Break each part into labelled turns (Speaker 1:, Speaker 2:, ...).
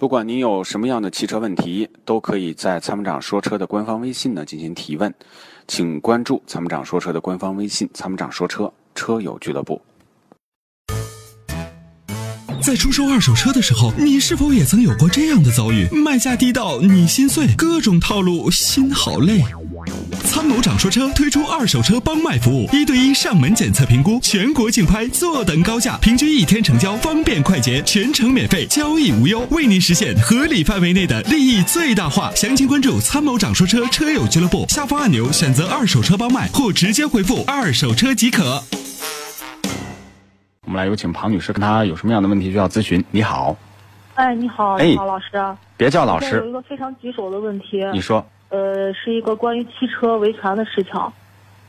Speaker 1: 不管您有什么样的汽车问题，都可以在参谋长说车的官方微信呢进行提问，请关注参谋长说车的官方微信“参谋长说车车友俱乐部
Speaker 2: 在出售二手车的时候，你是否也曾有过这样的遭遇？卖价低到你心碎，各种套路，心好累。参谋长说车推出二手车帮卖服务，一对一上门检测评估，全国竞拍，坐等高价，平均一天成交，方便快捷，全程免费，交易无忧，为您实现合理范围内的利益最大化。详情关注参谋长说车车友俱乐部下方按钮，选择二手车帮卖，或直接回复二手车即可。”。
Speaker 1: 我们来有请庞女士，看她有什么样的问题需要咨询。你好，
Speaker 3: 哎，你好，
Speaker 1: 哎
Speaker 3: 你好，老师。啊
Speaker 1: 别叫老
Speaker 3: 我有
Speaker 1: 师
Speaker 3: 一，个非常棘手的问题，
Speaker 1: 你说
Speaker 3: 呃，是一个关于汽车维权的事情。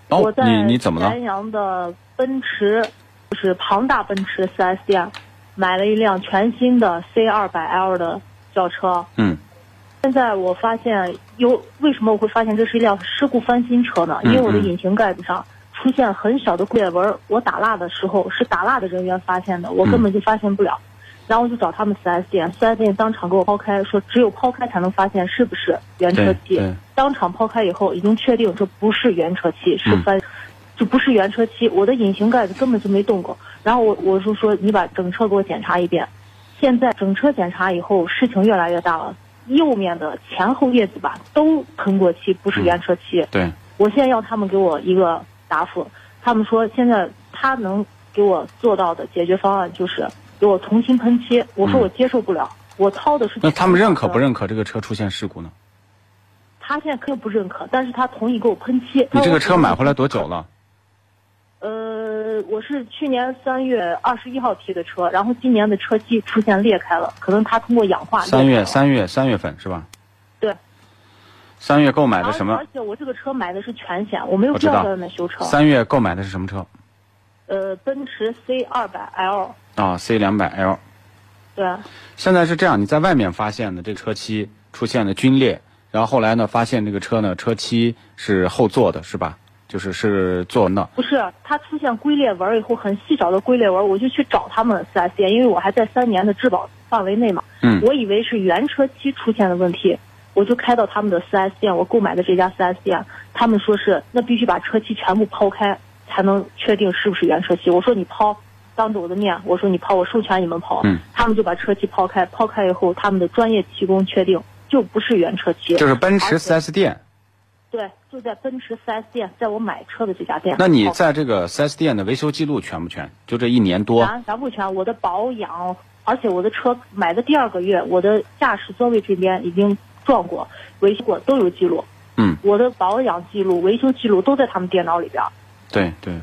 Speaker 3: 我
Speaker 1: 哦，
Speaker 3: 在
Speaker 1: 你你怎么了
Speaker 3: 南？阳的奔驰，就是庞大奔驰 4S 店，买了一辆全新的 C 2 0 0 L 的轿车。
Speaker 1: 嗯
Speaker 3: 现在我发现有为什么我会发现这是一辆事故翻新车呢？因为我的
Speaker 1: 嗯嗯
Speaker 3: 引擎盖子上出现很小的裂纹，我打蜡的时候是打蜡的人员发现
Speaker 1: 嗯
Speaker 3: 的，我根本就发现不了。然后我就找他们 4S 店，4S 店当场给我抛开，说只有抛开才能发现是不是原车
Speaker 1: 对
Speaker 3: 漆
Speaker 1: 对。
Speaker 3: 当场抛开以后，已经确定这不是原车漆，是翻，
Speaker 1: 嗯
Speaker 3: 这不是原车漆。我的引擎盖子根本就没动过。然后我我就说你把整车给我检查一遍。现在整车检查以后，事情越来越大了。右面的前后叶子吧都喷过漆，不是
Speaker 1: 嗯
Speaker 3: 原车漆。
Speaker 1: 对，
Speaker 3: 我现在要他们给我一个答复。他们说现在他能给我做到的解决方案就是给我重新喷漆。我说
Speaker 1: 嗯
Speaker 3: 我接受不了，我掏的是
Speaker 1: 那他们认可不
Speaker 3: 认？
Speaker 1: 认可这个车出现事故呢？
Speaker 3: 他现在肯定不认可，但是他同意给我喷漆。
Speaker 1: 你这个车买回来多久了？
Speaker 3: 呃，我是去年三月二十一号提的车，然后今年的车漆出现裂开了，可能它通过氧化裂开了。
Speaker 1: 三月三月三月份是吧？
Speaker 3: 对。
Speaker 1: 三月购买的
Speaker 3: 然后
Speaker 1: 什么
Speaker 3: 而？且我这个车买的是全险，我没有
Speaker 1: 我
Speaker 3: 必
Speaker 1: 知
Speaker 3: 要
Speaker 1: 道
Speaker 3: 在外面修车。
Speaker 1: 三月购买的是什么车？
Speaker 3: 呃，奔驰 C 二百 L，
Speaker 1: 啊，C 两百 L。
Speaker 3: 对，
Speaker 1: 现在是这样，你在外面发现的这车漆出现了皲裂，然后后来呢，发现这个车呢车漆是后做的，是吧？就是是做那
Speaker 3: 不是它出现龟裂纹以后很细小的龟裂纹，我就去找他们四 S 店，因为我还在三年的质保范围内嘛。
Speaker 1: 嗯
Speaker 3: 我以为是原车漆出现了问题，我就开到他们的四 S 店，我购买的这家四 S 店，他们说是那必须把车漆全部抛开才能确定是不是原车漆。我说你抛，当着我的面，我说你抛，我授权你们抛。
Speaker 1: 嗯
Speaker 3: 他们就把车漆抛开，抛开以后，他们的专业漆工确定就不是原车漆。
Speaker 1: 就是奔驰
Speaker 3: 而且
Speaker 1: 4S 店。
Speaker 3: 对，就在奔驰 4S 店，在我买车的这家店。
Speaker 1: 那你
Speaker 3: 哦
Speaker 1: 在这个 4S 店的维修记录全不全？就这一年多，
Speaker 3: 咱咱不全，我的保养，而且我的车买的第二个月，我的驾驶座位这边已经撞过、维修过，都有记录。
Speaker 1: 嗯，
Speaker 3: 我的保养记录、维修记录都在他们电脑里边，
Speaker 1: 对对。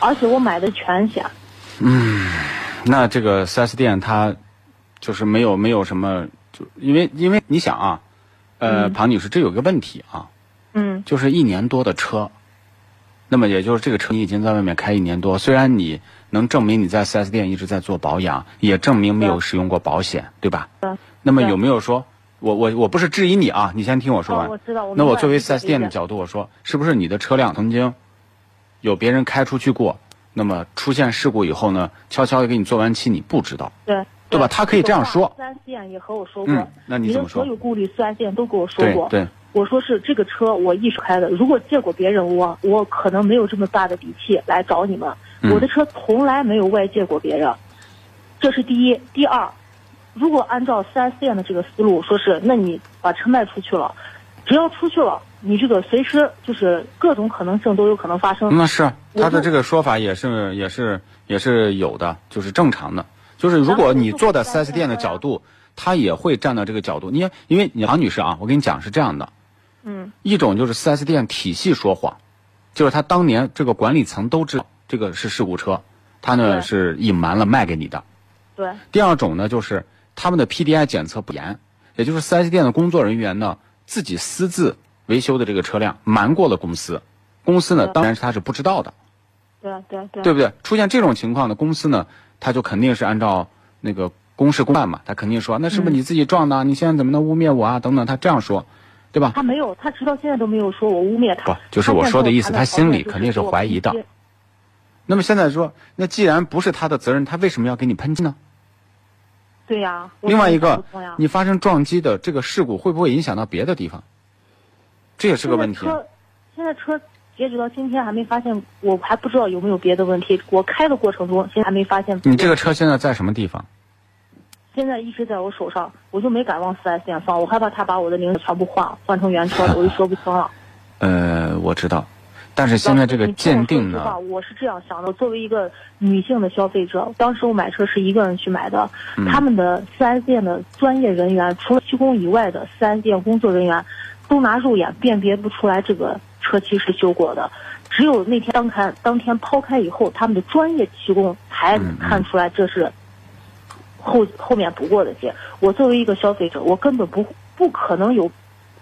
Speaker 3: 而且我买的全险。
Speaker 1: 那这个 4S 店它就是没有没有什么，就因为因为你想啊，呃，庞女士，这有个问题啊，
Speaker 3: 嗯
Speaker 1: 就是一年多的车，那么也就是这个车你已经在外面开一年多，虽然你能证明你在 4S 店一直在做保养，也证明没有使用过保险，对吧？
Speaker 3: 嗯。
Speaker 1: 那么
Speaker 3: 对
Speaker 1: 有没有说，我我我不是质疑你啊，你先听我说完。
Speaker 3: 哦我知道我明白
Speaker 1: 那我作为
Speaker 3: 这个
Speaker 1: 4S 店的
Speaker 3: 理解
Speaker 1: 角度，我说是不是你的车辆曾经有别人开出去过？那么出现事故以后呢，悄悄的给你做完漆，你不知道。
Speaker 3: 对。
Speaker 1: 对吧他可以这样说
Speaker 3: 四 S 店也和我说过，
Speaker 1: 嗯那你怎么说
Speaker 3: 你的所有顾虑，四 S 店都跟我说
Speaker 1: 对
Speaker 3: 过。
Speaker 1: 对，
Speaker 3: 我说是这个车我一手开的，如果借过别人，我我可能没有这么大的底气来找你们。
Speaker 1: 嗯
Speaker 3: 我的车从来没有外借过别人，这是第一。第二，如果按照4 S 店的这个思路，说是那你把车卖出去了，只要出去了，你这个随时就是各种可能性都有可能发生。
Speaker 1: 那是
Speaker 3: 我
Speaker 1: 他的
Speaker 3: 就
Speaker 1: 这个说法也是也是也是有的，就是正常的。就是如果你坐在
Speaker 3: 咱们
Speaker 1: 4S 店的角度，他也会站到这个角度。你因为你杭女士啊，我跟你讲是这样的，
Speaker 3: 嗯
Speaker 1: 一种就是 4S 店体系说谎，就是他当年这个管理层都知道这个是事故车，他呢
Speaker 3: 对
Speaker 1: 是隐瞒了卖给你的。
Speaker 3: 对，
Speaker 1: 第二种呢，就是他们的 PDI 检测不严，也就是 4S 店的工作人员呢自己私自维修的这个车辆，瞒过了公司，公司呢
Speaker 3: 对
Speaker 1: 当然是他是不知道的，
Speaker 3: 对对对
Speaker 1: 对不对？出现这种情况呢，公司呢他就肯定是按照那个公事公办嘛，他肯定说那是不是
Speaker 3: 嗯
Speaker 1: 你自己撞的啊？你现在怎么能污蔑我啊？等等，他这样说，对吧？
Speaker 3: 他没有，他直到现在都没有说我污蔑他。
Speaker 1: 不就是我说的意思他心里肯定是怀疑的
Speaker 3: 就是
Speaker 1: 那么现在说，那既然不是他的责任，他为什么要给你喷漆呢？
Speaker 3: 对呀、我
Speaker 1: 另外一
Speaker 3: 想
Speaker 1: 个
Speaker 3: 不通呀，
Speaker 1: 你发生撞击的这个事故会不会影响到别的地方？这也是个问题
Speaker 3: 现在。车现在车截止到今天还没发现，我还不知道有没有别的问题。我开的过程中，现在还没发现。
Speaker 1: 你这个车现在在什么地方？
Speaker 3: 现在一直在我手上，我就没敢往4 S 店放，我害怕他把我的零件全部换了换成原车了，我就说不清了。
Speaker 1: 呃，我知道，但是现在这个
Speaker 3: 你听我
Speaker 1: 鉴
Speaker 3: 说
Speaker 1: 定
Speaker 3: 实
Speaker 1: 呢，
Speaker 3: 话我是这样想的，作为一个女性的消费者，当时我买车是一个人去买的，
Speaker 1: 嗯
Speaker 3: 他们的 4S 店的专业人员，除了技工以外的 4S 店工作人员，都拿肉眼辨别不出来这个车漆是修过的。只有那天当开当天抛开以后，他们的专业技工才看出来这是后后面补过的漆。我作为一个消费者，我根本不不可能有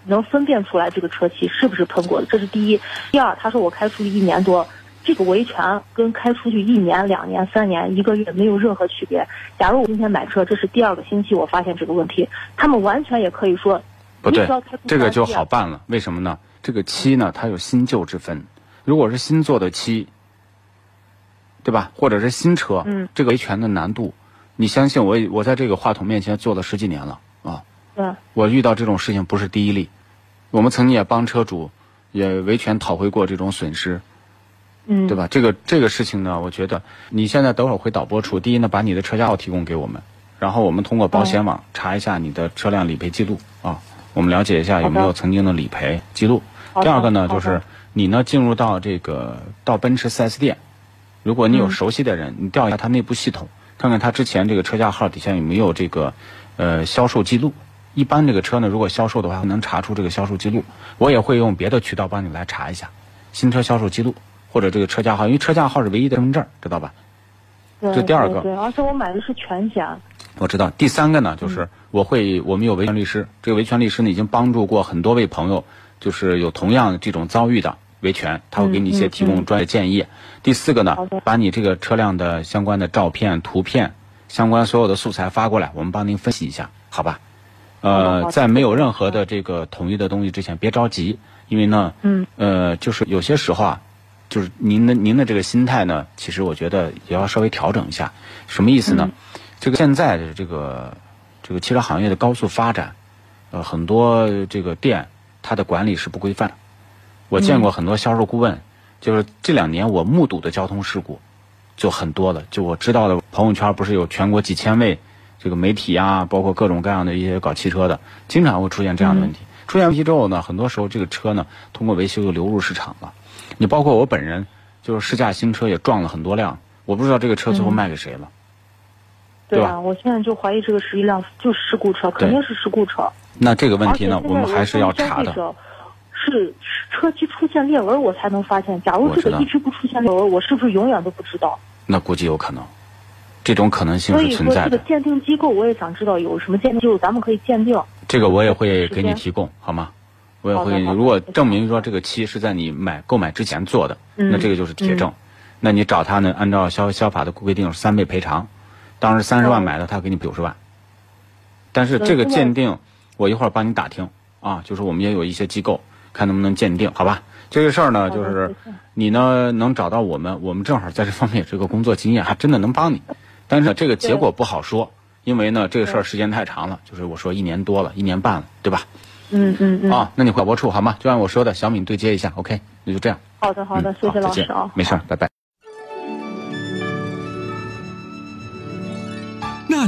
Speaker 3: 能分辨出来这个车漆是不是喷过的，这是第一。第二，他说我开出去一年多，这个维权跟开出去一年、两年、三年、一个月没有任何区别。假如我今天买车，这是第二个星期我发现这个问题，他们完全也可以说，
Speaker 1: 不
Speaker 3: 你
Speaker 1: 对
Speaker 3: 只要开出，
Speaker 1: 这个就
Speaker 3: 4S 店
Speaker 1: 好办了。为什么呢？这个漆呢，它有新旧之分。如果是新做的漆，对吧？或者是新车，
Speaker 3: 嗯
Speaker 1: 这个维权的难度，你相信我，我在这个话筒面前做了十几年了啊，
Speaker 3: 嗯
Speaker 1: 我遇到这种事情不是第一例。我们曾经也帮车主也维权讨回过这种损失，
Speaker 3: 嗯，
Speaker 1: 对吧？这个这个事情呢，我觉得你现在等会儿回导播处，第一呢，把你的车架号提供给我们，然后我们通过保险
Speaker 3: 哦
Speaker 1: 网查一下你的车辆理赔记录啊，我们了解一下有没
Speaker 3: 好
Speaker 1: 有
Speaker 3: 的
Speaker 1: 曾经的理赔记录。
Speaker 3: 好的
Speaker 1: 第二个呢，
Speaker 3: 哦
Speaker 1: 就
Speaker 3: 好的
Speaker 1: 是你呢进入到这个到奔驰 4S 店，如果你
Speaker 3: 嗯
Speaker 1: 有熟悉的人，你调一下他内部系统，看看他之前这个车架号底下有没有这个呃销售记录。一般这个车呢，如果销售的话，能查出这个销售记录。我也会用别的渠道帮你来查一下新车销售记录或者这个车架号，因为车架号是唯一的身份证，知道吧？
Speaker 3: 对
Speaker 1: 这第二个
Speaker 3: 对对，而且我买的是全险，
Speaker 1: 我知道。第三个呢，就是我会，我们有维权律师，这个维权律师呢已经帮助过很多位朋友，就是有同样这种遭遇的维权，他会给你一些
Speaker 3: 嗯
Speaker 1: 提供专业建议。第四个呢
Speaker 3: 好的，
Speaker 1: 把你这个车辆的相关的照片、图片、相关所有的素材发过来，我们帮您分析一下，好吧？
Speaker 3: 好的好
Speaker 1: 呃，
Speaker 3: 的
Speaker 1: 在没有任何的这个统一的东西之前，别着急，因为呢，
Speaker 3: 嗯，
Speaker 1: 呃，就是有些时候啊，就是您的您的这个心态呢，其实我觉得也要稍微调整一下。什么意思呢？
Speaker 3: 嗯
Speaker 1: 这个现在的这个这个汽车行业的高速发展，呃，很多这个店它的管理是不规范的。我见
Speaker 3: 嗯
Speaker 1: 过很多销售顾问，就是这两年我目睹的交通事故就很多了。就我知道的，朋友圈不是有全国几千位这个媒体啊，包括各种各样的一些搞汽车的，经常会出现这样的问题。
Speaker 3: 嗯
Speaker 1: 出现问题之后呢，很多时候这个车呢，通过维修就流入市场了。你包括我本人，就是试驾新车也撞了很多辆，我不知道这个车最后卖给谁了。对吧
Speaker 3: 啊，我现在就怀疑这个是一辆就是事故车，肯定是事故车。
Speaker 1: 那这个问
Speaker 3: 嗯而
Speaker 1: 题
Speaker 3: 且
Speaker 1: 呢，
Speaker 3: 现
Speaker 1: 我
Speaker 3: 在
Speaker 1: 们还是要
Speaker 3: 作为消
Speaker 1: 查
Speaker 3: 费
Speaker 1: 的。
Speaker 3: 者。是车漆出现裂纹，我才能发现。假如
Speaker 1: 我
Speaker 3: 这
Speaker 1: 知
Speaker 3: 个
Speaker 1: 道
Speaker 3: 一直不出现裂纹，我是不是永远都不知道？
Speaker 1: 那估计有可能，这种可能性
Speaker 3: 所
Speaker 1: 是
Speaker 3: 以
Speaker 1: 存
Speaker 3: 说，
Speaker 1: 在
Speaker 3: 这个
Speaker 1: 的。
Speaker 3: 鉴定机构我也想知道有什么鉴定机构，咱们可以鉴定。
Speaker 1: 这个我也会给你
Speaker 3: 时间
Speaker 1: 提供，好吗？我也
Speaker 3: 好的
Speaker 1: 会，
Speaker 3: 好的
Speaker 1: 如果
Speaker 3: 谢谢
Speaker 1: 证明说这个漆是在你买购买之前做的，
Speaker 3: 嗯
Speaker 1: 那这个就是铁证。那你找他呢，按照消消法的规定是三倍赔偿，当时三十万
Speaker 3: 哦
Speaker 1: 买的，他给你九十万。但是
Speaker 3: 对
Speaker 1: 这个
Speaker 3: 现在
Speaker 1: 鉴定，我一会儿帮你打听啊，就是我们也有一些机构，看能不能鉴定，好吧？这个事儿呢，
Speaker 3: 好的
Speaker 1: 就是
Speaker 3: 谢谢
Speaker 1: 你呢能找到我们，我们正好在这方面有这个工作经验，还真的能帮你。但是这个结果不好说，因为呢这个事儿时间太长了，就是我说一年多了，一年半了，对吧？
Speaker 3: 嗯嗯嗯，
Speaker 1: 啊，那你回导播处好吗？就按我说的，小敏对接一下，OK，那就这样。
Speaker 3: 好的好的，
Speaker 1: 嗯
Speaker 3: 谢谢
Speaker 1: 好
Speaker 3: 老
Speaker 1: 再
Speaker 3: 师
Speaker 1: 见
Speaker 3: 啊。
Speaker 1: 没事儿，拜拜。
Speaker 2: 那